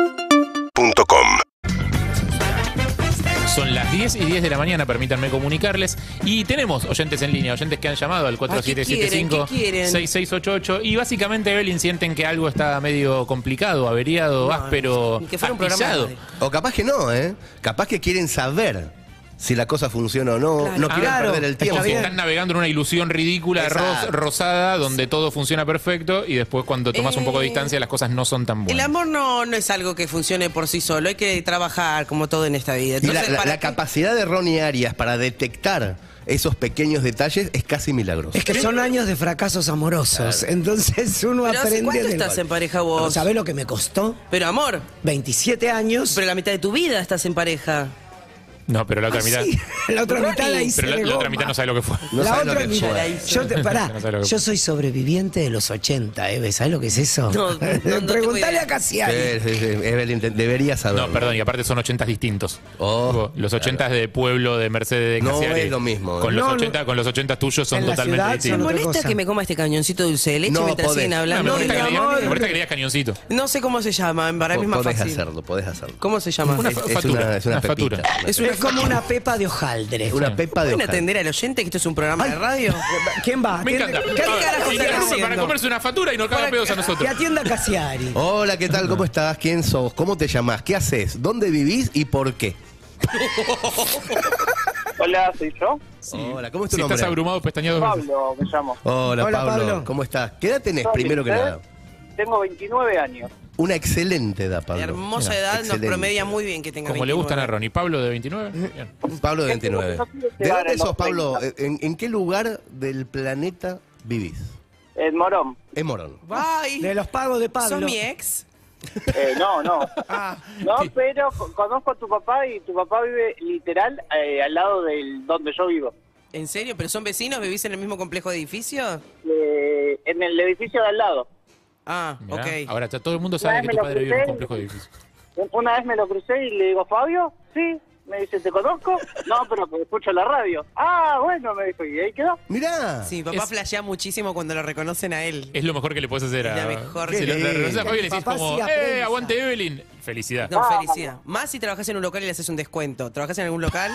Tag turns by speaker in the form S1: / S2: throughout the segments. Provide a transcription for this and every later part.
S1: UrbanaPlayFM.com
S2: Son las 10 y 10 de la mañana, permítanme comunicarles. Y tenemos oyentes en línea, oyentes que han llamado al
S3: Ay, ¿qué Ah, quieren? ¿Qué quieren?
S2: 4775-6688. Y básicamente, Evelyn, sienten que algo está medio complicado, averiado, áspero,
S3: ni que fuera un programa
S2: atizado.
S3: de radio.
S4: O capaz que no, ¿eh? Capaz que quieren saber si la cosa funciona o no.
S3: Claro.
S4: No quieren
S3: Claro.
S4: perder el
S2: Es
S4: tiempo.
S2: como si están navegando en una ilusión ridícula, ros-
S4: Exacto.
S2: rosada, donde todo funciona perfecto y después cuando tomas un poco de
S3: Eh,
S2: distancia las cosas no son tan
S3: El
S2: buenas.
S3: amor no, no es algo que funcione por sí solo, hay que trabajar como todo en esta vida.
S4: Y la,
S3: Entonces,
S4: la-
S3: ¿para
S4: la
S3: qué?
S4: capacidad de Ronnie Arias para detectar esos pequeños detalles es casi milagrosa.
S5: Es que son años de fracasos amorosos. Entonces uno
S3: Pero ¿hace
S5: aprende.
S3: cuánto
S5: del
S3: estás
S5: golpe.
S3: en pareja vos?
S5: No, ¿Sabés lo que me costó?
S3: Pero amor,
S5: 27 años.
S3: pero la mitad de tu vida estás en pareja.
S2: No, pero la
S3: Ah,
S2: otra mitad.
S5: Ah, Sí, la otra
S3: Ronnie.
S5: mitad la hice.
S2: Pero la,
S5: de
S2: la otra
S5: goma.
S2: mitad no sabe lo que fue.
S4: No
S5: la
S4: sabe lo
S5: otra
S4: que
S5: mitad
S4: fue.
S5: la hice. Yo te, pará,
S2: No sabe lo que
S5: yo soy sobreviviente de los 80, Eve. ¿Sabes lo que es eso?
S3: No, no, no tengo
S5: Preguntale
S3: idea.
S5: a Casiani.
S4: Sí, sí, sí, Evelyn, te- deberías saber.
S2: No, perdón, y aparte son ochentas distintos.
S4: Oh,
S2: los ochentas de pueblo, de Mercedes, de
S4: No
S2: Cassiari.
S4: es lo mismo, ¿eh?
S2: Con los
S5: No, no.
S2: ochentas, con los ochentas tuyos son
S5: En la
S2: totalmente
S5: ciudad
S3: ¿Me
S5: son
S2: distintos.
S5: otra
S3: molesta
S5: cosa.
S3: que me coma este cañoncito de dulce de leche
S4: No
S3: mientras
S4: podés.
S3: siguen
S2: No, me
S3: hablando?
S2: molesta
S5: mi
S2: que le digas-
S5: amor.
S2: me molesta que le digas cañoncito.
S3: No sé cómo se llama, para mí es más
S4: podés
S3: fácil.
S4: hacerlo, podés hacerlo.
S3: ¿Cómo se llama?
S2: Una
S4: Es,
S2: fa-
S4: es
S2: fatura,
S4: una, es una
S2: una
S4: pepita.
S2: fatura.
S3: Es una
S5: Es como una pepa de hojaldre.
S4: Una pepa de
S3: ¿Pueden
S4: hoja.
S3: atender al oyente que esto es un programa de radio?
S5: ¿Quién va?
S2: Me encanta.
S5: ¿Quién-
S3: ¿Qué
S2: Ah,
S3: carajo
S2: y
S3: están
S2: que rompe para
S3: haciendo?
S2: comerse una fatura y no cagan pedos a
S5: Que
S2: nosotros.
S5: atienda Casiari.
S3: Oh.
S4: Hola, ¿qué tal? ¿Cómo estás? ¿Quién sos? ¿Cómo te llamás? ¿Qué haces? ¿Dónde vivís y por qué?
S6: Hola, soy yo.
S4: Hola, ¿cómo es tu
S2: Si
S4: nombre?
S2: estás abrumado, pestañado.
S6: Pablo, me llamo.
S4: Hola,
S5: Hola,
S4: Pablo.
S5: Pablo.
S4: ¿Cómo estás? ¿Qué edad tenés,
S6: Soy
S4: primero que
S6: Fer,
S4: nada?
S6: Tengo 29 años.
S4: Una excelente edad, Pablo.
S3: Hermosa
S4: Mira,
S3: edad,
S4: excelente.
S3: nos promedia muy bien que tenga
S2: Como le
S3: 29.
S2: gustan a Ronnie. Pablo de 29. Bien.
S4: Pablo de
S6: Gente,
S4: 29.
S6: no quiero
S4: ¿De
S6: llegar
S4: dónde
S6: a los
S4: sos, Pablo?
S6: 30.
S4: ¿En, en qué lugar del planeta vivís?
S6: En Morón.
S4: En Morón.
S3: Ay,
S5: De los pagos de Pablo.
S3: ¿sos mi ex?
S6: Eh, no, no. No, pero co- conozco a tu papá y tu papá vive literal eh, al lado del donde yo vivo.
S3: ¿En serio? ¿Pero son vecinos? ¿Vivís en el mismo complejo de edificio?
S6: Eh, en el edificio de al lado.
S3: Ah,
S2: Mirá,
S3: ok.
S2: Ahora ya todo el mundo sabe
S6: Ay,
S2: que
S6: me
S2: tu
S6: lo
S2: padre vive en un
S6: crucé.
S2: complejo de edificios.
S6: Una vez me lo crucé y le digo, Fabio, sí. Me dice, ¿te conozco? No, pero escucho la radio. Ah, bueno, me dijo, y ahí quedó.
S4: Mirá.
S3: Sí, mi papá
S2: Es- Eh,
S3: flashea muchísimo cuando lo reconocen a él.
S2: Es lo mejor que le puedes hacer a.
S3: Es la mejor.
S2: Si lo-
S4: Qué
S2: le reconoces a Fabio y le decís
S5: Papá
S2: como,
S5: sí aprende.
S2: ¡eh, aguante Evelyn! Felicidad.
S3: No,
S6: Ah,
S3: felicidad. Más si trabajas en un local y le haces un descuento. ¿Trabajas en algún local?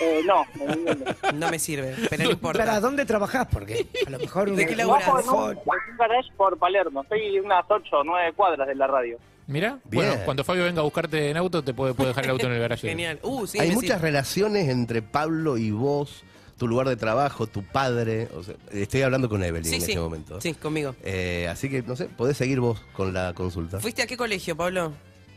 S6: Eh, no, en ningún-
S3: No me sirve, pero no
S5: ¿Para
S3: importa.
S5: dónde trabajás? Porque a lo mejor un
S3: ¿De qué laburás?
S6: Bajo en un,
S5: mejor-
S6: en un garage por Palermo. Estoy unas 8 o 9 cuadras de la radio.
S2: Mirá,
S4: Bien.
S2: bueno, cuando Fabio venga a buscarte en auto, te puede, puede dejar el auto en el garaje.
S3: Genial. Uh, sí,
S4: Hay
S3: me
S4: muchas
S3: sirve.
S4: relaciones entre Pablo y vos, tu lugar de trabajo, tu padre. O sea, estoy hablando con Evelyn
S3: Sí,
S4: en
S3: sí.
S4: este momento.
S3: Sí, conmigo.
S4: Eh, así que, no sé, podés seguir vos con la consulta.
S3: ¿Fuiste a qué colegio, Pablo?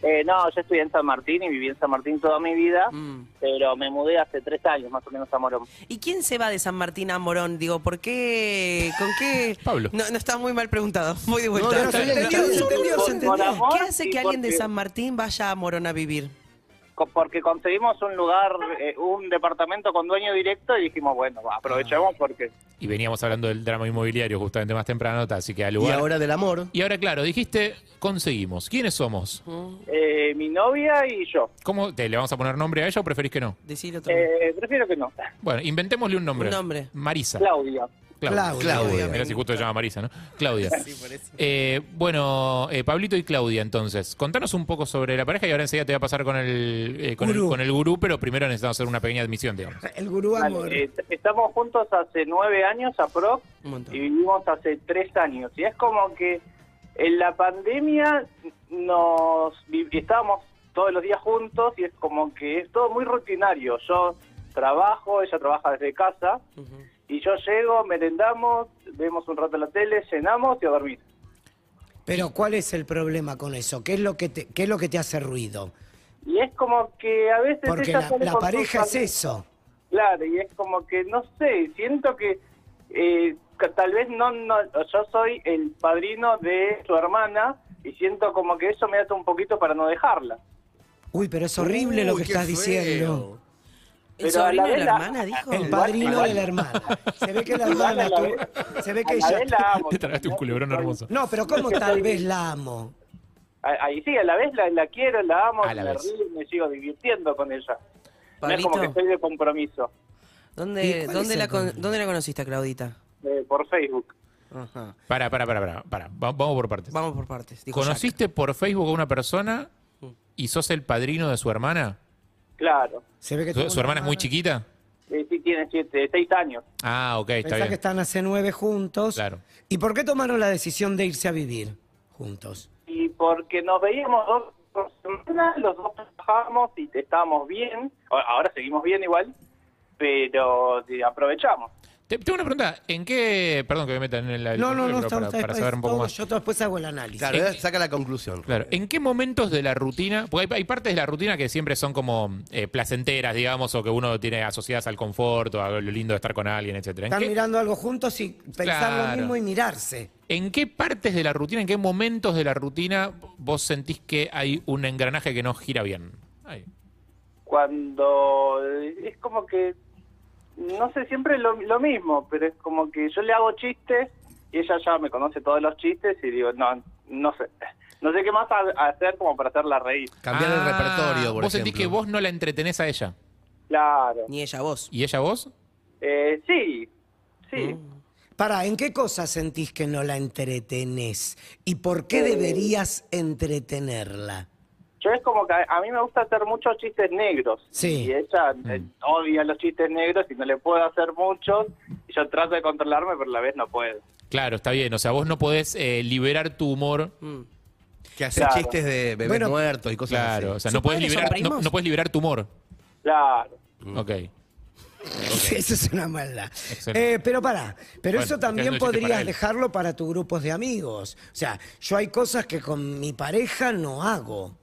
S6: Eh, no, yo estudié en San Martín y viví en San Martín toda mi vida,
S3: Mm.
S6: pero me mudé hace tres años más o menos a Morón.
S3: ¿Y quién se va de San Martín a Morón? Digo, ¿por qué? ¿Con qué?
S2: Pablo.
S3: No, no está muy mal preguntado. Muy de vuelta.
S4: No, no,
S5: se
S4: está bien,
S5: entendió,
S4: está
S5: se
S4: bien.
S5: entendió, se
S6: Por
S5: entendió.
S6: amor
S3: ¿Qué hace
S6: y
S3: que alguien de
S6: porque-
S3: San Martín vaya a Morón a vivir?
S6: co- Porque conseguimos un lugar, eh, un departamento con dueño directo y dijimos, bueno, va, aprovechemos porque...
S2: Y veníamos hablando del drama inmobiliario justamente más temprano, ta, así que al
S4: Y
S2: lugar.
S4: ahora del amor.
S2: Y ahora, claro, dijiste, conseguimos. ¿Quiénes somos?
S6: Eh, mi novia y yo.
S2: ¿Cómo te, le vamos a poner nombre a ella o preferís que no?
S3: Decirlo todo.
S6: Eh, prefiero que no.
S2: Bueno, inventémosle un nombre.
S3: Un nombre.
S2: Marisa.
S6: Claudia.
S2: Claudia.
S4: Claudia.
S2: Mirá si justo se llama Marisa, ¿no? Claudia. Eh, bueno, eh, Pablito y Claudia, entonces, contanos un poco sobre la pareja y ahora enseguida te voy a pasar con el, eh, con, el,
S5: Gurú.
S2: con el gurú, pero primero necesitamos hacer una pequeña admisión, digamos.
S5: El gurú amor.
S6: Vale, eh, t- estamos juntos hace nueve años, aprox,
S3: Un montón.
S6: y vivimos hace tres años. Y es como que en la pandemia nos vi- estábamos todos los días juntos y es como que es todo muy rutinario. Yo trabajo, ella trabaja desde casa, y yo llego, merendamos, vemos un rato la tele, cenamos y a dormir.
S5: Pero ¿cuál es el problema con eso? ¿Qué es lo que te, qué es lo que te hace ruido?
S6: Y es como que a veces...
S5: Porque
S6: ella
S5: la,
S6: sale
S5: la
S6: con sus
S5: pareja es
S6: am-
S5: eso.
S6: Claro, y es como que, no sé, siento que eh, ca- tal vez no, no, yo soy el padrino de su hermana y siento como que eso me ata un poquito para no dejarla.
S5: Uy, pero es horrible lo
S4: Uy,
S5: que
S4: qué
S5: estás
S4: feo.
S5: diciendo.
S3: ¿El
S6: pero a
S3: sobrino
S6: la
S3: de
S6: vez
S3: la
S6: la-
S3: hermana dijo?
S5: El
S6: Igual-
S5: padrino
S6: igual-
S5: de la hermana. Se ve que la
S6: Igual
S5: hermana
S6: a la
S5: tu-
S6: vez-
S5: se ve
S6: a
S5: que
S6: la
S5: ella
S6: vez la amo,
S2: Te tragaste un culebrón
S6: ¿entendés?
S2: hermoso.
S5: No, pero ¿cómo tal vez la amo?
S6: A- Ahí sí, a la vez la, la quiero, la amo,
S2: A la
S6: me
S2: vez.
S6: río y me sigo divirtiendo con ella. No es como que
S3: Pablito,
S6: estoy de compromiso
S5: ¿Y
S3: ¿dónde,
S5: cuál
S3: dónde,
S5: es
S3: la
S5: el
S3: con-
S5: problema?
S3: ¿dónde la conociste a Claudita?
S6: eh, por Facebook.
S3: Ajá.
S2: Para, para, para, para, Vamos por partes.
S3: Vamos por partes. dijo Jack.
S2: ¿Conociste por Facebook a una persona y sos el padrino de su hermana?
S6: Claro.
S5: Se ve que
S2: ¿Su,
S5: tuvo
S2: su
S5: una
S2: hermana es muy chiquita?
S6: Eh, sí, tiene siete, seis años.
S2: Ah, ok, está
S5: Pensá
S2: bien.
S5: que están hace nueve juntos.
S2: Claro.
S5: ¿Y por qué tomaron la decisión de irse a vivir juntos?
S6: Y porque nos veíamos dos por semana, los dos trabajábamos y estábamos bien. A- Ahora seguimos bien igual, pero eh, aprovechamos.
S2: Te- tengo una pregunta. ¿En qué...? Perdón que me metan en la...
S5: No, no, no,
S2: pero
S5: está,
S2: para,
S5: está-
S2: para
S5: está-
S2: saber un poco
S5: todo,
S2: más.
S5: Yo después hago el análisis.
S4: Claro,
S2: Sí.
S4: ahora saca la conclusión.
S2: Claro. ¿En qué momentos de la rutina? Porque hay, hay partes de la rutina que siempre son como eh, placenteras, digamos, o que uno tiene asociadas al confort, o a lo lindo de estar con alguien, etcétera. ¿En
S5: Están
S2: qué,
S5: mirando algo juntos y pensar
S2: Claro.
S5: lo mismo y mirarse.
S2: en qué partes de la rutina, en qué momentos de la rutina vos sentís que hay un engranaje que no gira bien? Ay.
S6: Cuando eh, es como que, no sé, siempre lo, lo mismo, pero es como que yo le hago chistes y ella ya me conoce todos los chistes y digo, no, no sé. No sé qué más ha- hacer como para hacerla reír.
S4: Cambiar el
S2: Ah,
S4: repertorio, por
S2: Vos
S4: ejemplo.
S2: sentís que vos no la entretenés a ella.
S6: Claro.
S3: Ni ella, vos.
S2: ¿Y ella vos?
S6: Eh, sí, sí.
S5: Para, ¿en qué cosas sentís que no la entretenés? ¿Y por qué deberías entretenerla?
S6: Yo es como que a, a mí me gusta hacer muchos chistes negros.
S5: Sí.
S6: Y ella
S4: Mm.
S6: eh, odia los chistes negros y no le puedo hacer muchos. Y yo trato de controlarme, pero a la vez no puedo.
S2: Claro, está bien. O sea, vos no podés eh, liberar tu humor.
S4: Que haces
S6: Claro.
S4: chistes de bebés
S5: Bueno,
S4: muertos y cosas
S2: Claro. O
S4: así.
S2: sea,
S3: ¿Sus
S2: no podés,
S3: padres
S2: liberar,
S3: son
S2: no,
S3: primos?
S2: no podés liberar tu humor.
S6: Claro.
S2: Ok.
S5: Eso es una maldad.
S2: Excelente.
S5: Eh, pero pará,
S2: Bueno,
S5: pero eso
S2: es un
S5: también
S2: chiste para
S5: podrías
S2: él.
S5: dejarlo para tus grupos de amigos. O sea, yo hay cosas que con mi pareja no hago.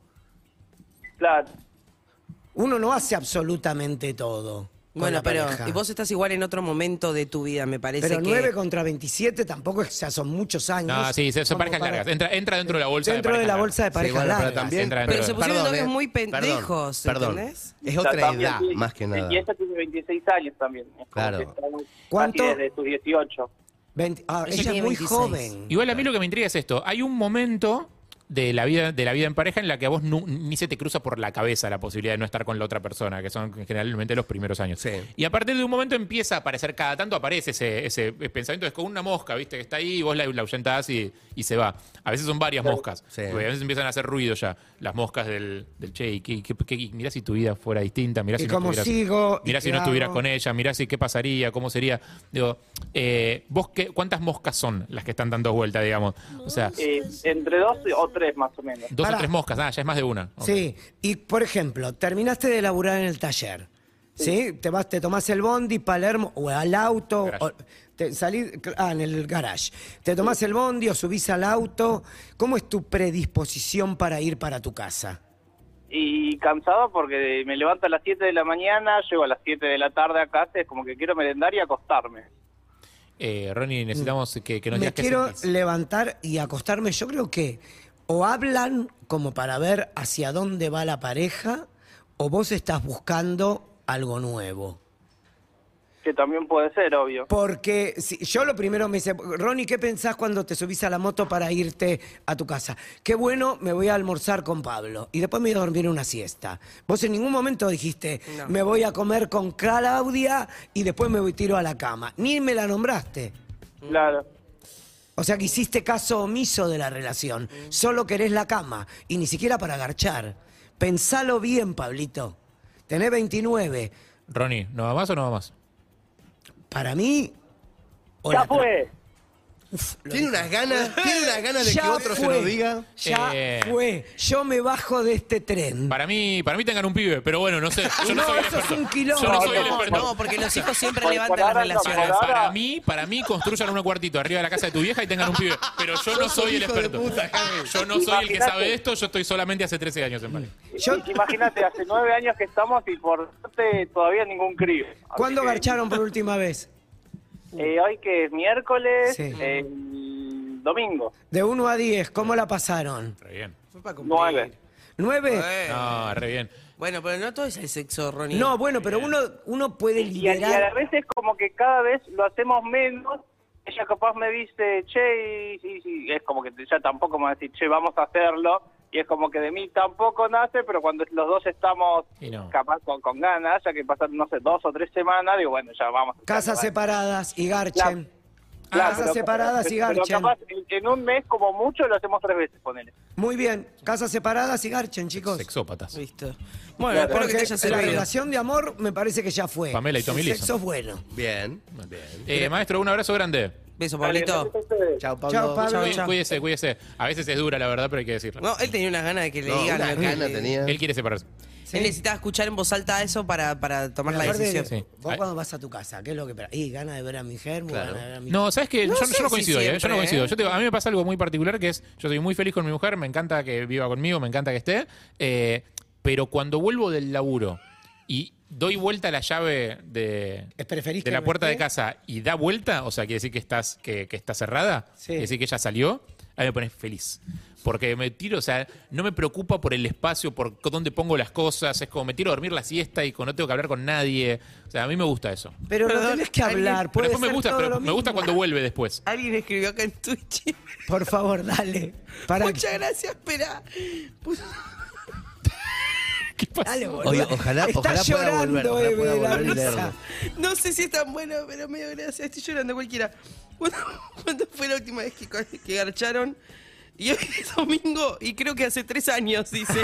S6: Claro.
S5: Uno no hace absolutamente todo. con
S3: Bueno,
S5: la
S3: pero
S5: pareja.
S3: y vos estás igual en otro momento de tu vida, me parece
S5: Pero
S3: que.
S5: 9 contra 27 tampoco es que sea, son muchos años.
S2: No, sí, se- son
S5: Como
S2: parejas
S5: para-
S2: largas. Entra, entra dentro de la bolsa
S5: Dentro de
S2: parejas
S5: la
S2: largas.
S5: bolsa de
S4: Sí,
S5: parejas
S4: bueno, pero
S5: largas.
S4: también.
S2: Entra dentro Pero de- se
S3: pusieron
S4: Perdón,
S3: novios
S4: eh.
S3: muy pendejos,
S4: Perdón.
S3: ¿entendés?
S4: Es
S6: O sea,
S4: otra
S6: también
S4: edad,
S6: sí.
S4: más que nada.
S6: Y ella tiene 26 años también. Es como
S4: Claro.
S6: que está muy-
S5: ¿Cuánto?
S6: casi Desde sus 18.
S5: 20 ah,
S3: Ella
S5: ella es
S3: tiene
S5: muy
S3: 26.
S5: joven.
S2: Igual a mí lo que me intriga es esto. Hay un momento de la vida, de la vida en pareja en la que a vos nu- ni se te cruza por la cabeza la posibilidad de no estar con la otra persona, que son generalmente los primeros años.
S4: Sí.
S2: Y a partir de un momento empieza a aparecer, cada tanto aparece ese, ese eh, pensamiento, es como una mosca, ¿viste? Que está ahí y vos la, la ahuyentás y, y se va. A veces son varias moscas.
S4: Sí.
S2: Porque a veces empiezan a hacer ruido ya. Las moscas del, del che, y qué- qué- qué- mirá si tu vida fuera distinta, mirá
S5: ¿Y
S2: si no
S5: cómo
S2: estuvieras-
S5: sigo? ¿Y
S2: mirá si
S5: qué
S2: no estuvieras
S5: hago?
S2: con ella, mirá si qué pasaría, cómo sería. Digo, eh, vos qué, ¿cuántas moscas son las que están dando vuelta, digamos? O sea,
S6: Eh, entre dos o tres más o menos.
S2: dos
S5: pará.
S2: o tres moscas, ah, ya es más de una. Ok.
S5: Sí, y por ejemplo, terminaste de laburar en el taller. ¿Sí? Te vas, te tomás el bondi, Palermo, o al auto,
S2: Garage.
S5: o- te salís, cl- ah, en el garage. Te tomás el bondi o subís al auto. ¿Cómo es tu predisposición para ir para tu casa?
S6: Y cansado porque me levanto a las 7 de la mañana, llego a las 7 de la tarde a casa, es como que quiero merendar y acostarme.
S2: Eh, Ronnie, necesitamos que, que nos
S5: Me
S2: digas qué
S5: quiero
S2: sentís.
S5: levantar y acostarme. Yo creo que o hablan como para ver hacia dónde va la pareja, o vos estás buscando algo nuevo.
S6: Que también puede ser, obvio.
S5: Porque si- yo lo primero me dice, Ronnie, ¿qué pensás cuando te subís a la moto para irte a tu casa? Qué bueno, me voy a almorzar con Pablo. Y después me voy a dormir una siesta. Vos en ningún momento dijiste,
S3: No.
S5: me voy a comer con Claudia y después me voy tiro a la cama. Ni me la nombraste.
S4: Mm.
S6: Claro.
S5: O sea que hiciste caso omiso de la relación.
S6: Mm.
S5: Solo querés la cama y ni siquiera para agarchar. Pensalo bien, Pablito. Tenés 29.
S2: Ronnie, ¿no va más o no va más?
S5: Para mí... o
S6: ¡Ya
S5: la tra-
S6: fue!
S4: Tiene unas ganas, tiene unas ganas de que
S5: Ya
S4: otro se
S5: fue.
S4: lo diga.
S5: Ya
S2: Eh.
S5: fue. Yo me bajo de este tren.
S2: Para mí, para mí tengan un pibe, pero bueno, no sé. Yo no,
S5: No,
S2: soy el
S5: eso es
S2: experto.
S5: un quilombo.
S2: Yo no soy el
S6: No,
S2: experto.
S3: No, porque los hijos siempre
S6: Por- por
S3: levantan las
S6: ahora no, por
S3: relaciones.
S6: ahora-
S2: Para mí, para mí construyan un cuartito arriba de la casa de tu vieja y tengan un pibe. Pero yo no soy el
S4: hijo de
S2: experto.
S4: puta, Javi.
S2: Yo no soy el que
S6: Imaginate.
S2: sabe esto, yo estoy solamente hace 13 años en París.
S6: Mm.
S5: Yo-
S6: Imagínate, hace nueve años que estamos y por suerte todavía ningún crío. Así
S5: ¿Cuándo
S6: que,
S5: garcharon por última vez?
S6: eh, hoy que es miércoles,
S5: Sí.
S6: el domingo,
S5: De 1 a 10, ¿cómo la pasaron?
S2: Re bien.
S3: Fue para cumplir.
S6: nueve.
S5: ¿9?
S3: Eh,
S2: No, re bien.
S3: Bueno, pero no todo es el sexo, Ronnie.
S5: No, bueno, pero uno, uno puede
S6: Y a, y a la
S5: liberar.
S6: vez es como que cada vez lo hacemos menos. Ella capaz me dice, che, y, y- y es como que ya tampoco me va a decir, che, vamos a hacerlo. Y es como que de mí tampoco nace, pero cuando los dos estamos
S2: Y no.
S6: capaz con, con ganas, ya que pasan, no sé, dos o tres semanas, digo, bueno, ya vamos. a hacerlo,
S5: Casas
S6: vale.
S5: separadas y garchen. Claro, casas Ah, separadas y
S7: pero
S5: garchan.
S7: capaz en, en un mes, como mucho, lo hacemos tres veces, ponele.
S5: Muy bien, casas separadas y garchen, chicos.
S2: Sexópatas.
S3: Listo. Bueno, espero que te
S5: Porque
S3: haya
S5: la
S3: servido.
S5: relación de amor me parece que ya fue.
S2: Pamela y Tommy
S5: El
S2: Lisa.
S5: Sexo es bueno.
S4: Bien.
S2: Eh, maestro, un abrazo grande.
S3: Beso,
S7: Dale,
S3: Pablito.
S7: gracias a ustedes.
S8: este,
S4: Chao, Pablo.
S5: Chao, Pablo.
S2: Cuí- Cuídese, cuídese. A veces es dura, la verdad, pero hay que decirlo.
S3: Ah. No, él tenía unas ganas de que le
S4: No,
S3: digan.
S4: una
S3: lo que
S4: gana
S3: le-
S4: tenía.
S2: Él quiere separarse.
S5: Sí.
S3: Él necesitaba escuchar en voz alta eso para, para tomar la
S5: Aparte,
S3: decisión.
S2: Sí.
S5: Vos
S2: Ay.
S5: cuando vas a tu casa, ¿qué es lo que esperás? Y ganas de ver a mi germo,
S4: Claro.
S5: ganas de ver a mi
S2: No, sabes que
S3: No
S2: yo,
S3: sé
S2: yo no
S3: si
S2: coincido, ¿eh? yo
S3: siempre,
S2: no coincido.
S3: ¿eh?
S2: Yo te digo, a mí me pasa algo muy particular que es, yo soy muy feliz con mi mujer, me encanta que viva conmigo, me encanta que esté, eh, pero cuando vuelvo del laburo y doy vuelta la llave de,
S5: ¿Es preferís
S2: de
S5: que
S2: la
S5: no
S2: puerta de
S5: esté?
S2: casa y da vuelta, o sea, quiere decir que estás que, que está cerrada,
S5: Sí.
S2: quiere decir que ella salió, a mí me pones feliz. Porque me tiro, o sea, no me preocupa por el espacio, por c- dónde pongo las cosas, es como me tiro a dormir la siesta y como no tengo que hablar con nadie. O sea, a mí me gusta eso.
S5: Pero no
S3: Perdón,
S5: tenés que
S3: alguien-
S5: hablar,
S2: Pero
S5: puede
S2: después me
S5: ser
S2: gusta,
S5: todo
S2: pero
S5: lo
S2: me gusta
S5: mismo.
S2: cuando vuelve después.
S3: Alguien escribió acá en Twitch.
S5: Por favor, dale. Para
S3: Muchas gracias, espera.
S2: ¿Qué pasa?
S5: Dale, boludo.
S4: Oye, ojalá,
S5: Está
S4: ojalá pueda volver.
S5: llorando,
S4: Ojalá
S5: Eve,
S4: pueda
S5: de la
S4: volver y
S5: risa.
S4: leerlo.
S3: No sé si es tan bueno, pero me dio gracia. Estoy llorando cualquiera. ¿Cuándo, cuándo fue la última vez que, que garcharon? Y hoy es domingo, y creo que hace tres años, dice.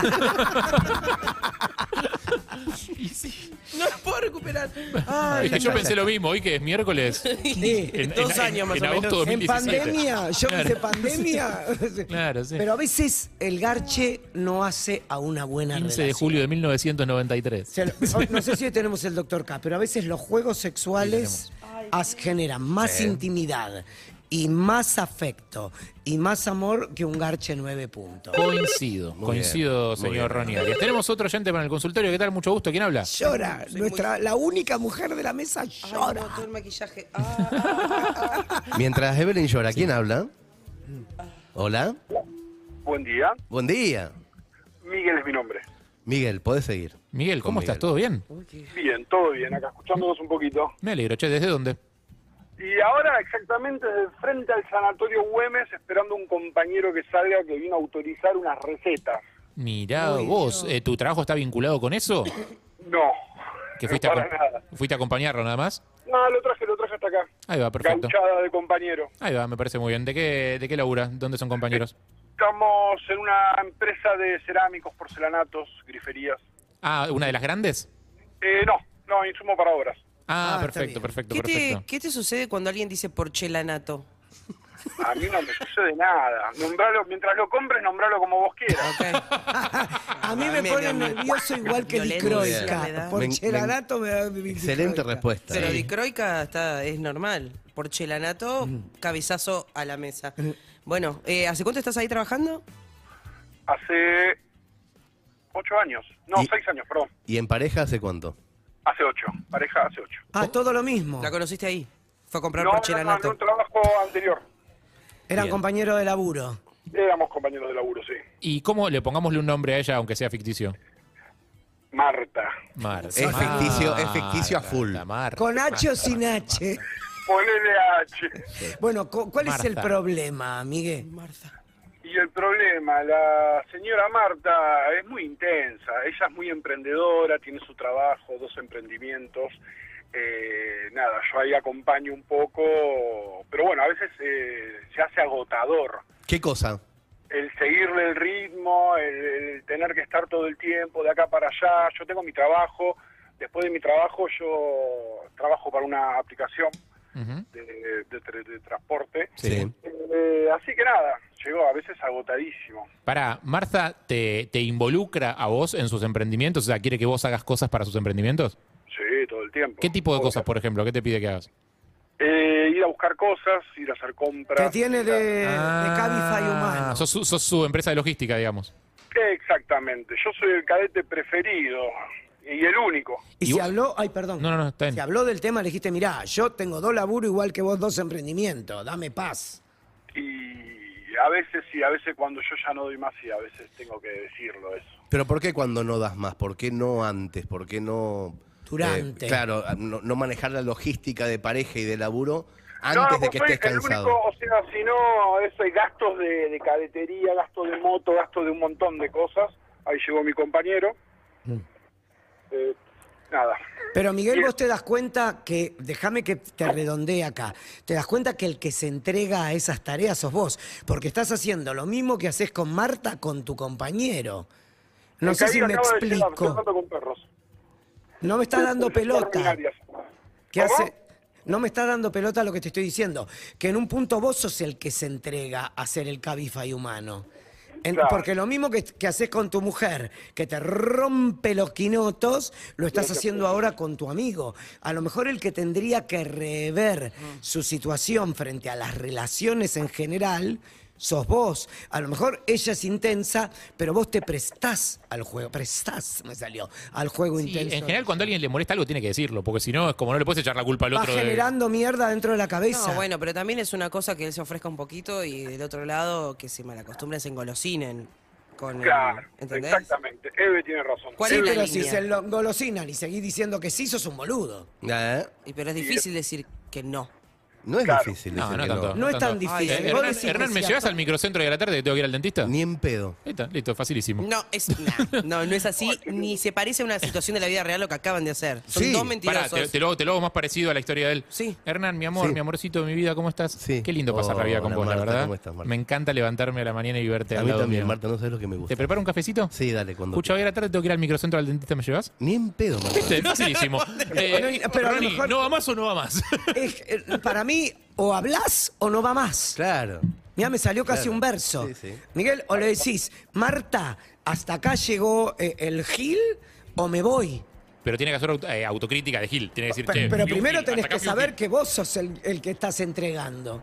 S3: No lo puedo recuperar. Ah, Ay,
S2: Es que yo pensé lo mismo, hoy que es miércoles.
S5: Sí.
S2: En,
S3: Dos
S2: en-
S3: años más
S2: en
S3: o menos.
S2: agosto
S5: En
S2: 2017.
S5: pandemia, yo
S2: Claro.
S5: hice pandemia.
S2: Claro, sí.
S5: Pero a veces el garche no hace a una buena
S2: 15
S5: relación.
S2: de julio de 1993.
S5: Se lo- no, no sé si hoy tenemos el doctor K, pero a veces los juegos sexuales as- generan más intimidad y más afecto y más amor que un garche nueve puntos.
S2: Coincido, coincido, señor Ronnie Arias. Tenemos otro oyente para el consultorio. ¿Qué tal? Mucho gusto. ¿Quién habla?
S5: Llora, nuestra, la única mujer de la mesa llora.
S3: no, todo el maquillaje. Ah,
S4: Mientras Evelyn llora, ¿quién habla? Hola.
S8: Buen día.
S4: Buen día.
S8: Miguel es mi nombre.
S4: Miguel, podés seguir.
S2: Miguel, ¿cómo
S4: Con
S2: estás?
S4: Miguel.
S2: ¿Todo bien?
S8: Bien, todo bien. Acá escuchándonos un poquito.
S2: Me alegro, che. ¿Desde dónde?
S8: Y ahora exactamente desde frente al sanatorio Güemes esperando un compañero que salga que vino a autorizar unas recetas.
S2: Mirá vos, eh, ¿tu trabajo está vinculado con eso?
S8: No.
S2: ¿Que fuiste,
S8: no
S2: a,
S8: para nada.
S2: acom- fuiste a acompañarlo nada más?
S8: No, lo traje, lo traje hasta acá.
S2: Ahí va, perfecto.
S8: Gauchada de compañero.
S2: Ahí va, me parece muy bien. ¿De qué, de qué labura? ¿Dónde son compañeros?
S8: Estamos en una empresa de cerámicos, porcelanatos, griferías.
S2: Ah, ¿una de las grandes?
S8: Eh, no, no, insumo para obras.
S2: Ah,
S5: Ah, está
S2: perfecto,
S5: bien.
S2: perfecto,
S3: ¿Qué te,
S2: perfecto.
S3: ¿Qué te sucede cuando alguien dice porcelanato?
S8: A mí no me sucede nada. Nombralo, mientras lo compres, nombralo como vos quieras.
S5: A mí me
S3: Me-
S5: pone
S3: me- me-
S5: nervioso igual que
S3: Violencia me
S5: Dicroica.
S3: da.
S5: Por
S4: Me- me-
S5: Chelato me da mi
S4: Excelente
S5: Dicroica.
S4: respuesta. ¿eh?
S3: Pero
S4: Sí.
S3: dicroica está, es normal. Porcelanato, cabezazo a la mesa. Bueno, eh, ¿hace cuánto estás ahí trabajando?
S8: Hace ocho años. No,
S4: Y-
S8: seis años, perdón.
S4: ¿Y en pareja hace cuánto?
S8: Hace ocho. Pareja hace ocho.
S5: Ah, todo lo mismo.
S3: ¿La conociste ahí? Fue a comprar
S8: No, no, no, en
S3: porcelanato.
S8: un trabajo anterior.
S5: Eran
S4: Bien.
S5: compañeros de laburo.
S8: Éramos compañeros de laburo, sí.
S2: ¿Y cómo le pongámosle un nombre a ella, aunque sea ficticio? Ah.
S8: Marta.
S2: Mar.
S4: Es ficticio- es
S2: Ah,
S4: ficticio a full.
S2: Mar.
S5: ¿Con H o sin H?
S8: Ponele H.
S5: Bueno, co- ¿cuál es el
S2: Marta.
S5: problema, Miguel?
S3: Marta.
S8: Y el problema, la señora Marta es muy intensa. Ella es muy emprendedora, tiene su trabajo, dos emprendimientos. Eh, nada, yo ahí acompaño un poco. Pero bueno, a veces eh, se hace agotador.
S4: ¿Qué cosa?
S8: el seguirle el ritmo, el, el tener que estar todo el tiempo de acá para allá. Yo tengo mi trabajo, después de mi trabajo yo trabajo para una aplicación
S2: Ujú.
S8: de, de tra- de transporte.
S2: Sí.
S8: Eh, así que nada, llego a veces agotadísimo.
S2: Para, Marta, te, te involucra a vos en sus emprendimientos? O sea, ¿quiere que vos hagas cosas para sus emprendimientos?
S8: Sí, todo el tiempo.
S2: ¿Qué tipo de
S8: Todo el
S2: cosas, por ejemplo? ¿Qué te pide que hagas?
S8: Eh, ir a buscar cosas, ir a hacer compras.
S5: Que tiene de, de
S2: Ah,
S5: Cabify humano.
S2: Sos, su- sos su empresa de logística, digamos.
S8: Exactamente, yo soy el cadete preferido y el único.
S5: Y,
S2: Y
S5: si
S2: vos-
S5: habló, ay, perdón.
S2: No, no, no, está bien.
S5: Si habló del tema, le dijiste, mirá, yo tengo dos laburos igual que vos, dos emprendimientos, dame paz.
S8: Y a veces sí, a veces cuando yo ya no doy más y a veces tengo que decirlo eso.
S4: Pero ¿por qué cuando no das más? ¿Por qué no antes? ¿Por qué no... eh,
S5: Durante.
S4: claro, no, no manejar la logística de pareja y de laburo
S8: No,
S4: antes de
S8: vos
S4: que
S8: sois
S4: estés cansado.
S8: El único, o sea, si no, eso hay gastos de, de cadetería, gastos de moto, gastos de un
S4: Mm.
S8: montón de cosas. Ahí llegó mi compañero. Eh, nada.
S5: Pero Miguel,
S8: Bien.
S5: vos te das cuenta que, déjame que te redondee acá, te das cuenta que el que se entrega a esas tareas sos vos, porque estás haciendo lo mismo que haces con Marta, con tu compañero. No sé
S8: Caída
S5: si me
S8: acaba de llegar, estoy
S5: explico.
S8: hablando con perros.
S5: No me está dando pelota.
S8: Extraordinarias.
S5: ¿Qué
S8: ¿Cómo?
S5: hace? No me está dando pelota lo que te estoy diciendo. Que en un punto vos sos el que se entrega a ser el cabify humano. En-
S8: Claro.
S5: Porque lo mismo que, que haces con tu mujer, que te rompe los quinotos, lo estás haciendo ahora con tu amigo. A lo mejor el que tendría que rever
S8: Mm.
S5: su situación frente a las relaciones en general, sos vos. A lo mejor ella es intensa, pero vos te prestás al juego. Prestás, me salió, al juego
S2: Sí,
S5: intenso.
S2: en general, cuando a alguien le molesta algo, tiene que decirlo, porque si no, es como no le puedes echar la culpa al
S5: Va
S2: otro. de-
S5: generando mierda dentro de la cabeza.
S3: No, bueno, pero también es una cosa que él se ofrezca un poquito y del otro lado que se malacostumbren, se engolosinen
S4: Mm.
S3: con el-
S8: Claro,
S3: ¿entendés?
S8: exactamente. Eve tiene razón.
S3: ¿Cuál
S5: sí,
S3: es la
S5: pero si
S3: línea?
S5: se lo engolosinan y seguís diciendo que sí, sos un boludo.
S4: Eh,
S3: Y pero es difícil decir que no.
S4: No es
S8: Claro.
S4: difícil
S2: No,
S4: decir
S2: no
S4: que
S2: tanto.
S5: No es tan
S2: tanto.
S5: difícil.
S3: Ay,
S2: Eh,
S5: Vos
S2: Hernán,
S5: decís
S2: Hernán,
S5: que
S2: ¿me
S5: sí a
S2: llevas
S5: todo.
S2: al microcentro de la tarde? ¿Tengo que ir al dentista?
S4: Ni en pedo.
S2: Ahí está, listo, facilísimo.
S3: No, es, nah, no, no es así, ni se parece a una situación de la vida real lo que acaban de hacer. Son
S4: Sí,
S3: dos
S2: Pará,
S3: mentirosos.
S2: te, te lo, hago- te lo hago más parecido a la historia de él.
S3: Sí.
S2: Hernán, mi amor,
S4: Sí.
S2: mi amorcito de mi vida, ¿cómo estás?
S4: Sí.
S2: Qué lindo pasar la vida con
S4: Hola,
S2: vos, la
S4: Marta,
S2: verdad.
S4: ¿cómo estás, Marta?
S2: Me encanta levantarme a la mañana y verte
S4: A
S2: al
S4: mí
S2: lado
S4: también,
S2: mío.
S4: Marta, no sabes lo que me gusta.
S2: ¿Te preparo un cafecito?
S4: Sí, dale, cuando
S2: Escucha, hoy a la tarde tengo que ir al microcentro al dentista, ¿me llevas?
S4: quieras. Ni en pedo, Marta.
S2: Este, facilísimo. Eh,
S5: No, pero a lo
S2: Ronnie,
S5: mejor-
S2: ¿no va más o no va más?
S5: Es- eh, para mí, o hablas o no va más.
S4: Claro.
S5: Mira, me salió casi
S4: Claro.
S5: un verso.
S4: Sí, sí.
S5: Miguel, o le decís, Marta, hasta acá llegó eh, el Gil o me voy.
S2: Pero tiene que hacer auto- eh, autocrítica de Gil. Tiene que decir,
S5: Pe-
S2: che,
S5: Pero,
S2: fui un
S5: primero
S2: Gil,
S5: tenés
S2: hasta
S5: que
S2: acá fui un
S5: saber
S2: Gil.
S5: que vos sos el, el que estás entregando.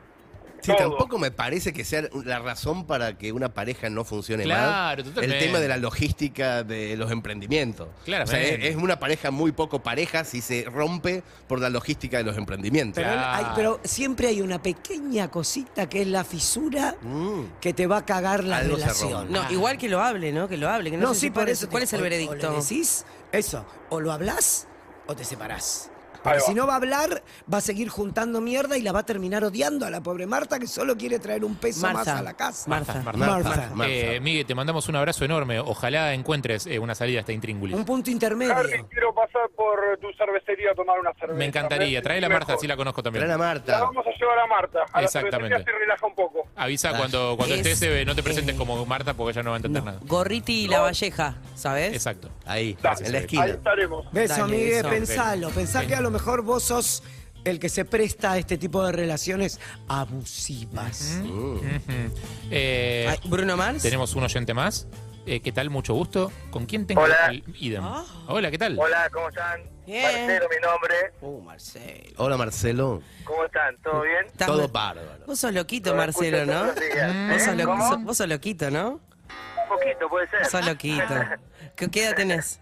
S4: Sí,
S8: Todo.
S4: tampoco me parece que sea la razón para que una pareja no funcione
S2: Claro,
S4: mal.
S2: totalmente.
S4: El tema de la logística de los emprendimientos.
S2: Claramente.
S4: O sea, es, es una pareja muy poco pareja si se rompe por la logística de los emprendimientos.
S5: Pero, él-
S2: Claro.
S5: hay- pero siempre hay una pequeña cosita que es la fisura
S4: Mm.
S5: que te va a cagar la
S4: Algo se
S5: relación.
S4: rompe.
S3: No, igual que lo hable, ¿no? Que lo hable. Que no,
S5: Ah. No,
S3: sé
S5: sí,
S3: si
S5: por
S3: puede-
S5: eso.
S3: ¿Cuál
S5: te-
S3: es el
S5: o- O
S3: veredicto?
S5: le decís eso, o lo hablas o te separás.
S8: Ahí
S5: Porque
S8: va.
S5: si no va a hablar, va a seguir juntando mierda y la va a terminar odiando a la pobre Marta que solo quiere traer un peso
S3: Marta,
S5: más a la casa.
S3: Marta,
S5: Marta.
S4: Marta. Marta.
S2: Eh, Miguel, te mandamos un abrazo enorme. Ojalá encuentres eh, una salida a este intríngulis.
S5: Un punto
S8: Harry,
S5: intermedio.
S8: quiero pasar por tu cervecería a tomar una cerveza.
S2: Me encantaría. Trae la Marta,
S8: Marta,
S2: así la conozco también.
S4: Trae a
S8: La
S4: Marta.
S8: vamos a llevar a Marta. A la
S2: Exactamente.
S8: cervecería se relaja un poco.
S2: Avisa cuando, cuando
S3: Es-
S2: estés, eh, no te presentes
S3: eh,
S2: como Marta porque ella no va a entender nada.
S3: Gorriti y la Valleja, ¿sabes?
S2: Exacto.
S4: Ahí,
S8: Dale,
S4: en la
S8: Ahí
S4: esquina.
S8: estaremos.
S5: Beso,
S3: Dale,
S5: Miguel,
S3: beso.
S5: pensalo. Pensá que a lo mejor vos sos el que se presta a este tipo de relaciones abusivas.
S2: Ujú. Eh,
S3: Ay, Bruno Mars.
S2: tenemos un oyente más. Eh, ¿Qué tal? Mucho gusto. ¿Con quién tengo
S6: Hola.
S2: el idem?
S3: Ah.
S2: Hola, ¿qué tal?
S6: Hola, ¿cómo están?
S3: Bien.
S6: Marcelo, mi nombre.
S3: Uh, Marcelo.
S4: Hola, Marcelo.
S6: ¿Cómo están? ¿Todo bien?
S3: Estás ma-
S4: Todo bárbaro.
S3: Vos sos loquito,
S6: Lo
S3: Marcelo,
S6: escucho
S3: ¿no?
S6: todos los días.
S2: Mm.
S6: ¿Eh?
S3: Vos sos, lo-
S6: ¿Cómo?
S3: so- vos sos loquito, ¿no?
S6: Un poquito, puede ser.
S3: Vos sos loquito. ¿Qué qué edad tenés?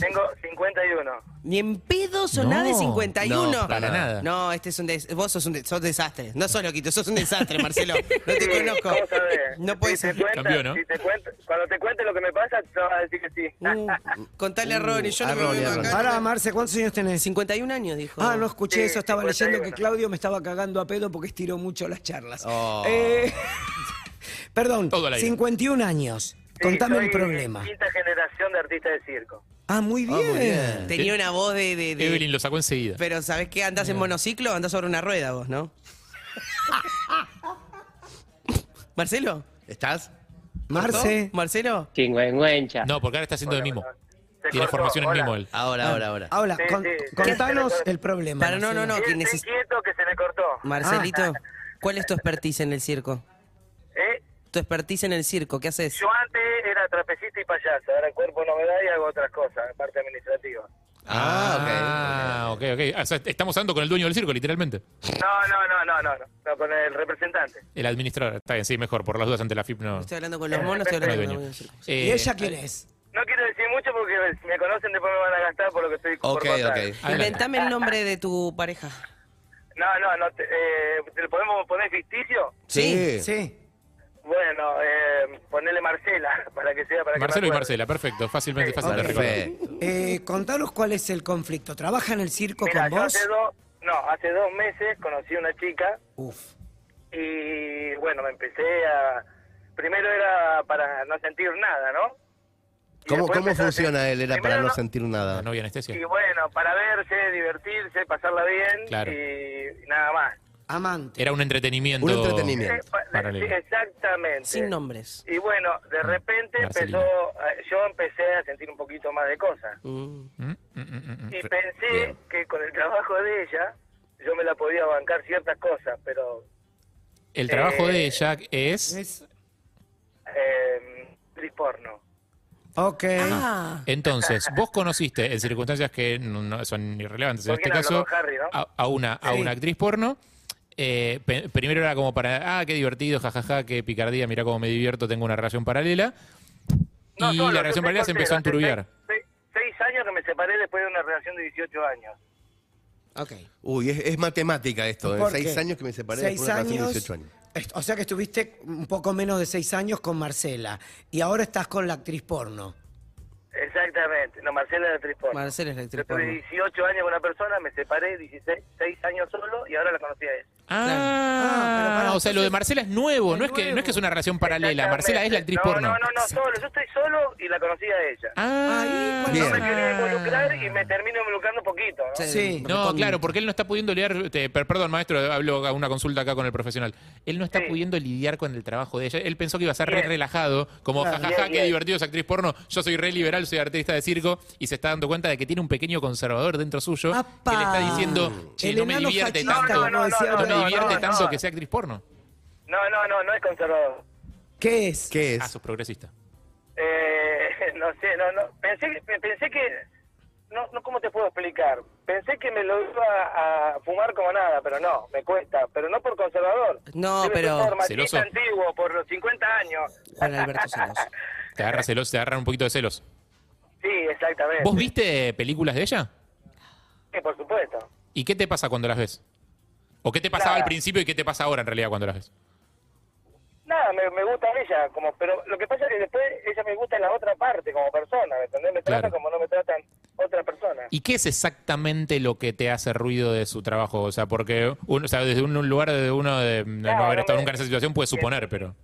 S6: Tengo 51.
S3: Ni en pedo sonás de
S2: No,
S3: 51.
S4: no,
S2: para nada.
S3: No, este es un des- vos sos un, de- sos desastre. No sos loquito, sos un desastre, Marcelo. No te
S6: Sí,
S3: conozco.
S6: ¿cómo sabés?
S3: No puede
S6: Si te
S3: ser.
S6: cuento-
S2: Cambió, ¿no?
S6: si te cuento- cuando te cuente lo que me pasa, te vas a decir que sí.
S3: Uh, contale a Ronnie, yo no
S4: a
S3: me
S4: Ronnie,
S3: voy
S4: a
S3: a
S4: Ronnie.
S3: bancar.
S5: Ahora, Marce, ¿cuántos años tenés?
S3: 51 años, dijo.
S5: Ah, no escuché
S6: Sí,
S5: eso. Estaba leyendo
S6: 51.
S5: que Claudio me estaba cagando a pedo porque estiró mucho las charlas.
S4: Oh.
S5: Eh, perdón,
S2: Todo al aire.
S5: 51 años.
S6: Sí,
S5: Contame
S6: soy
S5: el problema.
S6: Quinta generación de artista de circo.
S5: Ah, muy bien.
S4: muy bien.
S3: Tenía una voz de. de- de-
S2: Evelyn lo sacó enseguida.
S3: Pero ¿sabés qué? Andás en monociclo, andás sobre una rueda vos, ¿no? Marcelo,
S4: ¿Estás?
S5: Marce,
S3: ¿no? Marcelo,
S9: Chingüengüencha.
S2: No, porque ahora está haciendo el mismo.
S6: Se
S2: Tiene
S6: cortó,
S2: formaciones
S6: hola.
S2: mismo él.
S4: Ahora, ahora, ahora.
S5: ahora,
S6: Sí,
S5: con-
S6: sí, sí.
S5: contanos
S6: Sí, sí, sí.
S5: el problema.
S3: Para, no, no, no. que
S6: Quédense
S3: neces-
S6: quieto que se me cortó.
S3: Marcelito, ¿cuál es tu expertise en el circo?
S6: ¿Eh?
S3: Tu expertise en el circo, ¿qué haces?
S6: Yo antes era trapecista y payaso, ahora el cuerpo no me da y hago otras cosas, parte administrativa.
S4: Ah, ok.
S2: Ah, ok, ok. O sea, estamos hablando con el dueño del circo, literalmente.
S6: No, no, no, no, no, no, no, con el representante.
S2: El administrador. Está bien, sí, mejor. Por las dudas ante la FIP no.
S3: Estoy hablando con los monos, estoy
S2: no hay
S3: hablando con
S2: dueño.
S3: los circo.
S5: ¿Y
S2: Eh,
S5: ella quién es?
S6: No quiero decir mucho porque si me conocen después me van a gastar por lo que estoy por
S4: Ok,
S6: contar.
S4: ok.
S2: adelante.
S3: Inventame el nombre de tu pareja.
S6: No, no, no, te, eh, ¿te lo podemos poner ficticio?
S4: Sí.
S5: Sí.
S6: Bueno, eh, ponerle Marcela para que sea
S2: Marcelo y
S6: para que me acuerde.
S2: Marcela, perfecto. Fácilmente,
S6: Sí,
S2: fácil de recordar.
S4: Perfecto.
S5: Eh, contanos cuál es el conflicto. ¿Trabaja en el circo
S6: Mira,
S5: con
S6: yo
S5: vos?
S6: hace dos, no, hace dos meses conocí a una chica
S5: Uf.
S6: y bueno, me empecé a... Primero era para no sentir nada, ¿no? y
S4: ¿Cómo,
S6: después
S4: cómo
S6: empezás a-
S4: funciona él? Era para
S6: primero
S4: no sentir nada.
S2: La novia anestesia.
S6: Y bueno, para verse, divertirse, pasarla bien
S2: Claro.
S6: y nada más.
S5: Amante.
S2: Era un entretenimiento.
S4: Un entretenimiento.
S6: Eh, pa-
S2: Paralelo.
S6: sí, exactamente.
S3: Sin nombres.
S6: Y bueno, de
S4: Mm.
S6: repente
S2: Marcelino.
S6: empezó, eh, yo empecé a sentir un poquito más de cosas.
S3: Mm.
S2: Mm, mm, mm, mm,
S6: Y
S2: mm.
S6: pensé
S4: bien.
S6: que con el trabajo de ella yo me la podía bancar ciertas cosas, pero
S2: El trabajo
S6: eh,
S2: de Jack es,
S5: Es-
S6: eh, actriz porno.
S5: Ok.
S3: Ah,
S2: entonces, vos conociste, en circunstancias que no, no son irrelevantes en
S6: ¿Por qué
S2: este
S6: no
S2: caso,
S6: habló con Harry, no?
S2: a, a una, a una actriz porno. Eh, pe- primero era como para, ah, qué divertido, jajaja, qué picardía, mirá cómo me divierto, tengo una relación paralela.
S6: No
S2: y
S6: solo,
S2: la
S6: yo
S2: relación
S6: soy
S2: paralela se empezó a
S6: soltero, hace
S2: enturbiar.
S6: Seis, seis- seis años que me separé después de una relación de 18 años.
S5: Ok.
S4: Uy, es, es matemática esto. En
S5: ¿Por
S4: seis
S5: qué?
S4: años que me separé
S5: Seis
S4: después de una relación de
S5: años,
S4: 18 años.
S5: est- O sea que estuviste un poco menos de seis años con Marcela y ahora estás con la actriz porno.
S6: Exactamente. No, Marcela era actriz porno.
S3: Marcela es la
S6: Yo
S3: actriz
S6: tuve
S3: porno.
S6: 18 años con una persona, me separé 16, 6 años solo y ahora la conocí a ella.
S2: Ah,
S5: Ah, pero pará,
S2: o sea, lo de
S5: entonces-
S2: Marcela es nuevo,
S5: es
S2: no es, que, no es que es una relación paralela,
S6: Exactamente.
S2: Marcela es la actriz
S6: no,
S2: porno.
S6: No, no, no, solo. Yo estoy solo y la conocí a ella.
S2: Ah,
S4: Ahí,
S6: No me
S4: Bien.
S6: quería involucrar y me termino involucrando poquito, ¿no?
S5: Sí.
S2: No, claro, porque él no está pudiendo lidiar, te- per- perdón maestro, hablo a una consulta acá con el profesional, él no está
S6: Sí.
S2: pudiendo lidiar con el trabajo de ella, él pensó que iba a ser re
S6: Bien.
S2: relajado, como jajaja,
S6: Bien,
S2: qué
S6: bien.
S2: divertido es actriz porno, yo soy re liberal, soy artista de circo, y se está dando cuenta de que tiene un pequeño conservador dentro suyo
S5: ¡Apa!
S2: que le está diciendo, che,
S5: El
S2: no me
S5: enano
S2: divierte
S5: fascista,
S2: tanto,
S5: como decía
S2: no me
S5: Blanco.
S2: divierte
S6: no,
S2: tanto
S6: no.
S2: que sea actriz porno.
S6: No, no, no, no es conservador.
S5: ¿Qué es?
S4: ¿Qué
S2: Ah,
S4: es?
S2: sos progresista.
S6: Eh, no sé, no, no. Pensé, que- pe- pensé que. No, no, ¿cómo te puedo explicar? Pensé que me lo iba a fumar como nada, pero no, me cuesta. Pero no por conservador.
S3: No,
S6: Debe ser
S3: pero-
S6: Por
S2: Celoso.
S6: machista antiguo, por los 50 años.
S3: Juan Alberto Celos.
S2: Te agarra celos, te agarran un poquito de celos.
S6: Sí, exactamente.
S2: ¿Vos viste películas de ella?
S6: Sí, por supuesto.
S2: ¿Y qué te pasa cuando las ves? ¿O qué te pasaba al
S6: Nada.
S2: principio y qué te pasa ahora en realidad cuando las ves?
S6: Nada, me, me gusta ella, como, pero lo que pasa es que después ella me gusta en la otra parte, como persona, ¿me entendés? Me
S2: Claro.
S6: tratan como no me tratan otras personas.
S2: ¿Y qué es exactamente lo que te hace ruido de su trabajo? O sea, porque uno, o sea, desde un lugar de uno de de no
S6: Claro, eh,
S2: haber
S6: no
S2: estado
S6: me-
S2: nunca en esa situación puede suponer, pero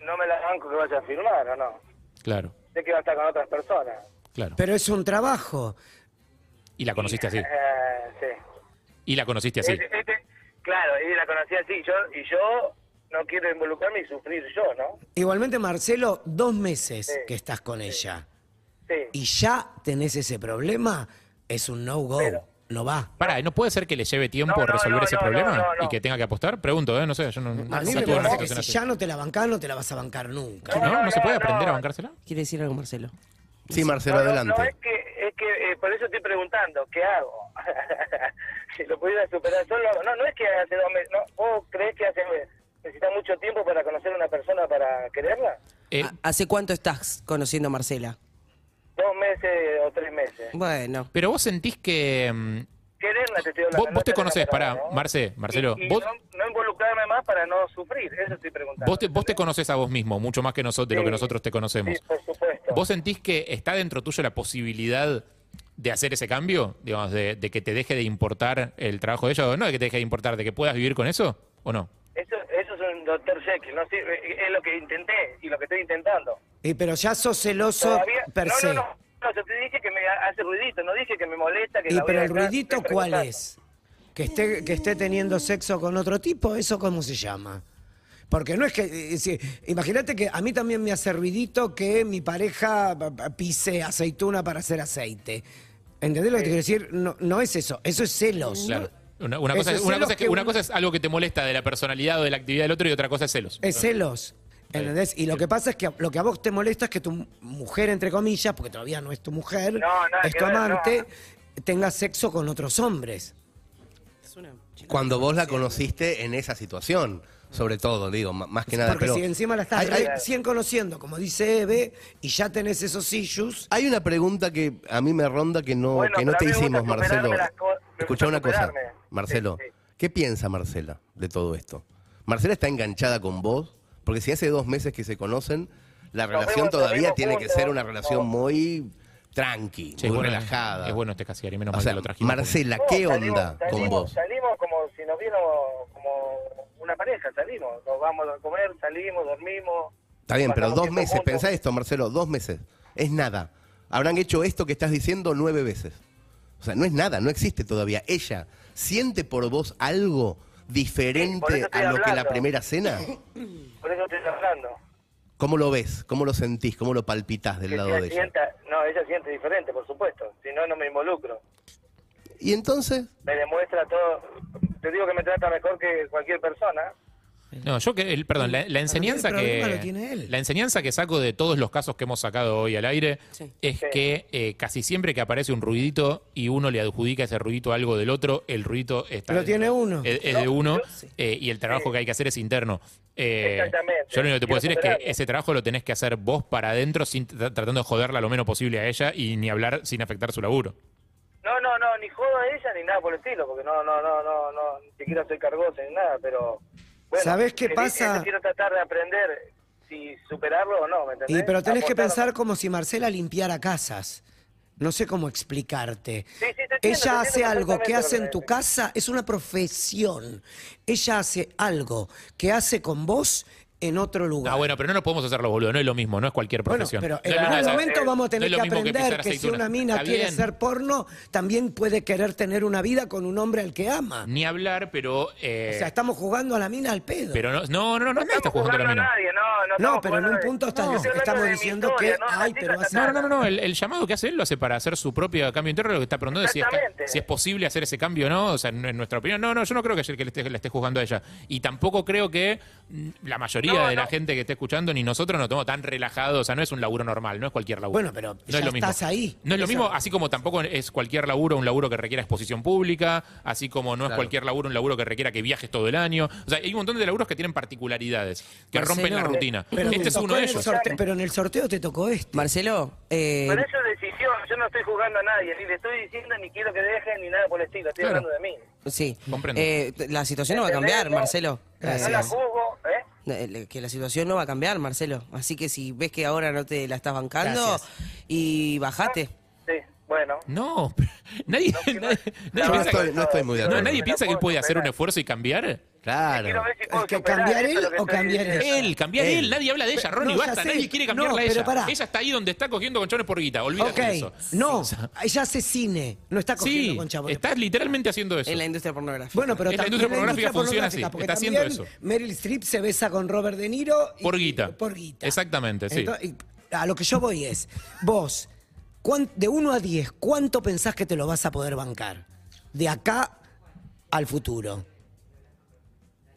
S6: No me la banco que vaya a firmar, ¿o no?
S2: claro,
S6: Sé que va a estar con otras personas.
S2: claro.
S5: Pero es un trabajo.
S2: Y la conociste así.
S6: Eh, sí.
S2: Y la conociste así.
S6: Este- este- claro, y la conocí así, yo, y yo no quiero involucrarme y sufrir yo, ¿no?
S5: Igualmente, Marcelo, dos meses
S6: Sí.
S5: que estás con ella
S6: Sí.
S5: y ya tenés ese problema, es un no-go.
S6: Pero-
S5: No va.
S2: Pará, ¿no puede ser que le lleve tiempo
S6: No, no,
S2: resolver
S6: no,
S2: ese
S6: no,
S2: problema
S6: no, no.
S2: y que tenga que apostar? Pregunto, ¿eh? No sé, yo no,
S5: A
S2: no
S5: mí
S2: sé
S5: me
S2: tuve una
S5: parece que
S2: situación
S5: si
S2: así.
S5: ya no te la bancás, no te la vas a bancar nunca.
S2: ¿No? ¿No, se
S6: No,
S2: puede
S6: no,
S2: aprender a
S6: no.
S2: bancársela?
S3: Quiere decir algo, Marcelo.
S4: Sí, Marcelo,
S6: No, no,
S4: adelante.
S6: No, es que, es que eh, por eso estoy preguntando, ¿qué hago? si lo pudiera superar solo, no, no es que hace dos meses, no, ¿vos crees que hace necesita mucho tiempo para conocer a una persona para quererla?
S2: Eh,
S5: Ah.
S3: ¿Ha- Ah, ¿Hace cuánto estás conociendo a Marcela?
S6: Dos meses o tres meses.
S3: Bueno.
S2: pero vos sentís que... mm,
S6: Quererla te estoy hablando.
S2: Vos,
S6: no
S2: vos te
S6: estar
S2: conocés, pará,
S6: enamorado, ¿no?
S2: Marce, Marcelo.
S6: Y, y
S2: vos,
S6: no, no involucrarme más para no sufrir, eso estoy preguntando.
S2: vos te, vos te conocés a vos mismo, mucho más que nosotros, de lo que
S6: Sí.
S2: nosotros te conocemos.
S6: Sí, por supuesto.
S2: ¿Vos sentís que está dentro tuyo la posibilidad de hacer ese cambio? Digamos, de, de que te deje de importar el trabajo de ella, o no de que te deje de importar, de que puedas vivir con eso, ¿o no?
S6: Eso, eso es un doctor Jekyll, no sirve, es lo que intenté y lo que estoy intentando.
S5: Y Eh, pero ya sos celoso
S6: Todavía,
S5: per
S6: no,
S5: se.
S6: no, no, no, yo te dije que me hace ruidito, no dije que me molesta, que
S5: Y
S6: la voy
S5: pero
S6: a
S5: el
S6: dejar,
S5: ruidito,
S6: estoy
S5: ¿cuál
S6: preguntando.
S5: es? Que esté, que esté teniendo sexo con otro tipo, ¿eso cómo se llama? Porque no es que. eh, si- Imagínate que a mí también me hace ruidito que mi pareja pa- pa- pise aceituna para hacer aceite. ¿Entendés lo que te quiero decir? No, no es eso, eso es celos.
S2: Claro. Una, una
S5: Eso
S2: cosa, es,
S5: es
S2: una,
S5: celos
S2: cosa es que-
S5: que
S2: una
S5: uno-
S2: cosa es algo que te molesta de la personalidad o de la actividad del otro y otra cosa es celos.
S5: Es celos. ¿Entendés? Y lo que pasa es que lo que a vos te molesta es que tu m- mujer, entre comillas, porque todavía no es tu mujer,
S6: No, nada
S5: es
S6: que
S5: tu
S6: ver, no.
S5: amante, tenga sexo con otros hombres.
S3: Es una chica.
S4: Cuando vos la conociste en esa situación, sobre todo, digo, m- más que nada.
S5: Porque
S4: pero
S5: si encima la estás
S4: hay- hay-
S5: recién conociendo, como dice Eve, y ya tenés esos issues,
S4: Hay una pregunta que a mí me ronda que no,
S6: Bueno,
S4: que no
S6: pero a
S4: te
S6: mí me gusta
S4: hicimos,
S6: superarme
S4: Marcelo.
S6: las co- me
S4: Escuchá
S6: gusta
S4: una cosa,
S6: superarme.
S4: Marcelo.
S6: Sí, sí.
S4: ¿Qué piensa Marcela de todo esto? ¿Marcela está enganchada con vos? Porque si hace dos meses que se conocen, la
S6: Nos
S4: relación
S6: vemos, nos
S4: todavía
S6: vemos
S4: tiene que
S6: juntos.
S4: ser una relación
S6: No.
S4: muy tranqui,
S2: Che,
S4: muy
S2: es bueno-
S4: relajada.
S2: Es bueno este casiari, menos
S4: O
S2: mal
S4: sea,
S2: que lo trajimos. porque-
S4: Marcela,
S6: No,
S4: ¿qué
S6: salimos-
S4: onda con
S6: salimos-
S4: vos?
S6: Salimos como si nos viéramos como una pareja, salimos, nos vamos a comer, salimos, dormimos.
S4: Está bien, pero
S6: pasamos
S4: dos
S6: tiempo
S4: meses,
S6: juntos.
S4: pensá esto, Marcelo, dos meses. es nada. Habrán hecho esto que estás diciendo nueve veces. O sea, no es nada, no existe todavía. Ella siente por vos algo
S6: Sí, por
S4: diferente
S6: eso estoy
S4: a lo que la
S6: hablando.
S4: primera cena.
S6: Por eso estoy hablando.
S4: ¿Cómo lo ves? ¿Cómo lo sentís? ¿Cómo lo palpitas del
S6: Que
S4: lado
S6: ella
S4: de ella?
S6: sienta- no, ella siente diferente, por supuesto. Si no, no me involucro.
S4: Y entonces,
S6: Me demuestra todo. Te digo que me trata mejor que cualquier persona.
S2: No, yo que, el- perdón, la, la enseñanza
S5: el problema
S2: que
S5: lo tiene él.
S2: la enseñanza que saco de todos los casos que hemos sacado hoy al aire
S3: Sí.
S2: es
S6: Sí.
S2: que eh, casi siempre que aparece un ruidito y uno le adjudica ese ruidito a algo del otro, el ruidito está
S5: Lo tiene uno.
S2: es, es de uno eh, y el trabajo que hay que hacer es interno. Eh,
S6: Exactamente.
S2: Yo lo único que te puedo decir es que
S6: Recuperarlo.
S2: ese trabajo lo tenés que hacer vos para adentro, sin, tra- tratando de joderla lo menos posible a ella y ni hablar sin afectar su laburo.
S6: No, no, no, ni jodo a ella ni nada por el estilo, porque no, no, no, no, no, ni siquiera soy cargoso ni nada, pero.
S5: ¿Sabés qué
S6: que-
S5: pasa?
S6: que Quiero tratar de aprender si superarlo o no, ¿me entendés?
S5: Y, pero tenés que
S6: Aportar-
S5: pensar como si Marcela limpiara casas. No sé cómo explicarte.
S6: Sí, sí, te entiendo, te
S5: Ella
S6: entiendo
S5: hace algo que hace en tu
S6: perfectamente.
S5: casa, es una profesión. Ella hace algo que hace con vos en otro lugar.
S2: Ah, bueno, pero no nos podemos hacer los boludos, no es lo mismo, no es cualquier
S5: Bueno,
S2: profesión.
S5: pero
S2: No es
S5: en
S2: lo
S5: algún
S2: mismo que-
S5: momento vamos a tener
S2: no es
S5: que
S2: lo mismo que
S5: aprender
S2: pisar
S5: que, si
S2: aceituna.
S5: una mina
S2: Está
S5: quiere
S2: bien.
S5: hacer porno, también puede querer tener una vida con un hombre al que ama.
S2: Ni hablar, pero. eh,
S5: o sea, estamos jugando a la mina al pedo.
S2: Pero no, no, no, no, no,
S6: No
S2: está este
S6: estamos
S2: jugando la
S6: jugando
S2: mina.
S6: a nadie, no, no.
S5: no,
S6: estamos
S5: pero en un
S6: jugando a-
S5: punto está-
S6: Estoy hablando
S5: estamos
S6: de mi
S5: diciendo
S6: historia,
S5: que,
S6: no, la
S5: ay,
S6: chica
S5: pero
S6: está
S5: hace
S2: No, no, no, no, no, El, el llamado que hace él lo hace para hacer su propio cambio interno. Lo que está preguntando es si, es ca-
S6: Exactamente.
S2: si es posible hacer ese cambio o no. O sea, en en nuestra opinión, no, no, yo no creo que ayer que le esté, la esté juzgando a ella. Y tampoco creo que mm, la mayoría
S6: No,
S2: de la
S6: no.
S2: gente que esté escuchando ni nosotros nos tomamos tan relajados. O sea, no es un laburo normal, no es cualquier laburo.
S5: Bueno, pero
S2: no
S5: ya
S2: es lo mismo.
S5: estás ahí.
S2: No es lo
S5: Esa-
S2: mismo, así como tampoco es cualquier laburo un laburo que requiera exposición pública, así como no es cualquier laburo un laburo que requiera que viajes todo el año. O sea, hay un montón de laburos que tienen particularidades, que rompen la
S3: Marcelo,
S2: rutina.
S5: Pero te
S2: Este es
S5: tocó
S2: uno de
S5: en el
S2: ellos.
S5: sorteo- pero en el sorteo te tocó este.
S3: Marcelo, eh,
S6: Pero eso es decisión, yo no estoy jugando a nadie, ni le estoy diciendo ni quiero que dejen ni nada por el estilo, estoy
S2: Claro.
S6: hablando de mí.
S3: sí.
S2: Comprendo.
S3: Eh, la situación no va a cambiar,
S6: ¿Entendés?
S3: Marcelo.
S6: No la
S3: Gracias.
S6: juzgo, ¿eh?
S3: Eh, le- Que la situación no va a cambiar, Marcelo. Así que si ves que ahora no te la estás bancando
S5: Gracias.
S3: y bajate.
S6: Sí, bueno.
S2: No, nadie, nadie, nadie
S4: Yo no
S2: piensa,
S4: estoy- no estoy muy de
S2: no,
S4: acuerdo.
S2: nadie
S6: No
S2: piensa que él
S6: puedo
S2: puede hacer un
S6: superar.
S2: esfuerzo y cambiar.
S4: claro.
S6: Quiero ver si
S5: Es
S6: puedo
S5: que
S6: superar, este.
S5: cambiar
S6: eso
S5: él
S6: es lo que
S5: o
S6: estoy
S5: cambiar
S6: diciendo.
S5: ella.
S2: Él, cambiar él.
S4: Él.
S2: Nadie habla de ella,
S5: Pero,
S2: Ronnie,
S5: no, ya
S2: basta.
S5: sé.
S2: Nadie quiere
S5: No,
S2: cambiarla a
S5: pero
S2: ella.
S5: pará.
S2: Ella está ahí donde está cogiendo con chabones por guita. Olvídate
S5: Ok,
S2: de eso.
S5: no,
S2: O sea,
S5: ella hace cine, no está cogiendo
S2: sí,
S5: con chavos.
S2: estás literalmente haciendo eso.
S3: En la industria pornográfica.
S5: Bueno, pero
S2: Es la
S5: también
S2: industria pornográfica funciona así,
S5: porque
S2: está haciendo
S5: también
S2: eso.
S5: Meryl Streep se besa con Robert De Niro. y-
S2: Por guita.
S5: Por guita.
S2: Exactamente, sí.
S5: Ento- y a lo que yo voy es, vos, cuán- de 1 a 10, ¿cuánto pensás que te lo vas a poder bancar? De acá al futuro.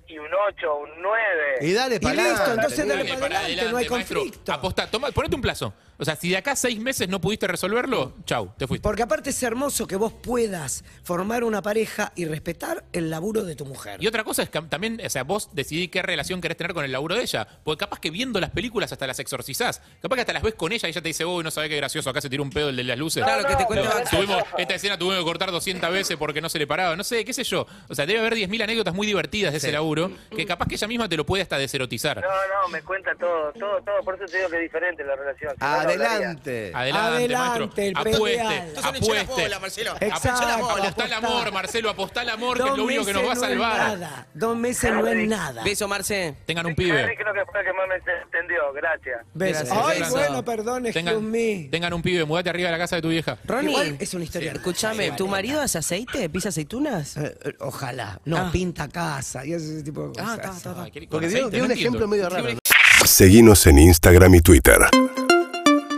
S6: Y un 8, un 9.
S4: Y dale,
S5: Y
S4: para
S5: listo, entonces
S2: Dale,
S5: dale para
S2: pará,
S5: adelante, no hay
S2: maestro.
S5: conflicto.
S2: Apostá, toma, ponete un plazo. O sea, si de acá a seis meses no pudiste resolverlo, chau, te fuiste.
S5: Porque aparte es hermoso que vos puedas formar una pareja y respetar el laburo de tu mujer.
S2: Y otra cosa es que también, o sea, vos decidís qué relación querés tener con el laburo de ella. Porque capaz que viendo las películas hasta las exorcizás. Capaz que hasta las ves con ella y ella te dice, uy, no sabés qué gracioso, acá se tiró un pedo el de las luces.
S3: Claro, que te cuento-
S2: Lo- tuvimos- esta escena tuvimos que cortar 200 veces porque no se le paraba. No sé, qué sé yo. O sea, debe haber 10.000 anécdotas muy divertidas de ese laburo que capaz que ella misma te lo puede hasta deserotizar.
S6: No, no, me cuenta todo, todo, todo. Por eso te digo que es diferente la relación. Si no, no hablaría.
S4: Adelante.
S2: Adelante,
S5: Adelante,
S2: maestro.
S5: peleal.
S2: Apueste,
S5: Entonces
S9: no hinchá las
S2: apueste.
S9: bolas, Marcelo.
S5: Exacto.
S9: Hinchá las bolas.
S2: Apostá al amor, Marcelo, apostá al amor, que
S5: Dos
S2: es lo único que nos va a
S5: meses no es
S2: salvar.
S5: nada, Dos meses no es nada.
S3: Beso, Marce.
S2: Tengan un
S6: Harry
S2: pibe.
S6: creo que fue el que más me entendió, gracias.
S5: Beso.
S3: Gracias,
S5: Ay,
S3: beso.
S5: bueno, perdón, excuse
S2: Tengan,
S5: me.
S2: tengan un pibe, mudate arriba de la casa de tu vieja.
S3: Ronnie,
S5: Igual es una historia. hermosa,
S3: escúchame,
S5: igual,
S3: ¿tu
S5: ¿eh?
S3: marido hace aceite? ¿Pisa aceitunas?
S5: Eh, eh, Ojalá. No,
S3: Ah.
S5: pinta casa y ese tipo de
S3: Ah,
S5: cosas.
S3: está, está, está.
S2: Ay, ¿qué- con
S4: Porque dio,
S2: aceite?
S4: dio
S2: No
S4: un
S2: entiendo.
S4: ejemplo medio raro.
S1: Seguinos en Instagram y Twitter.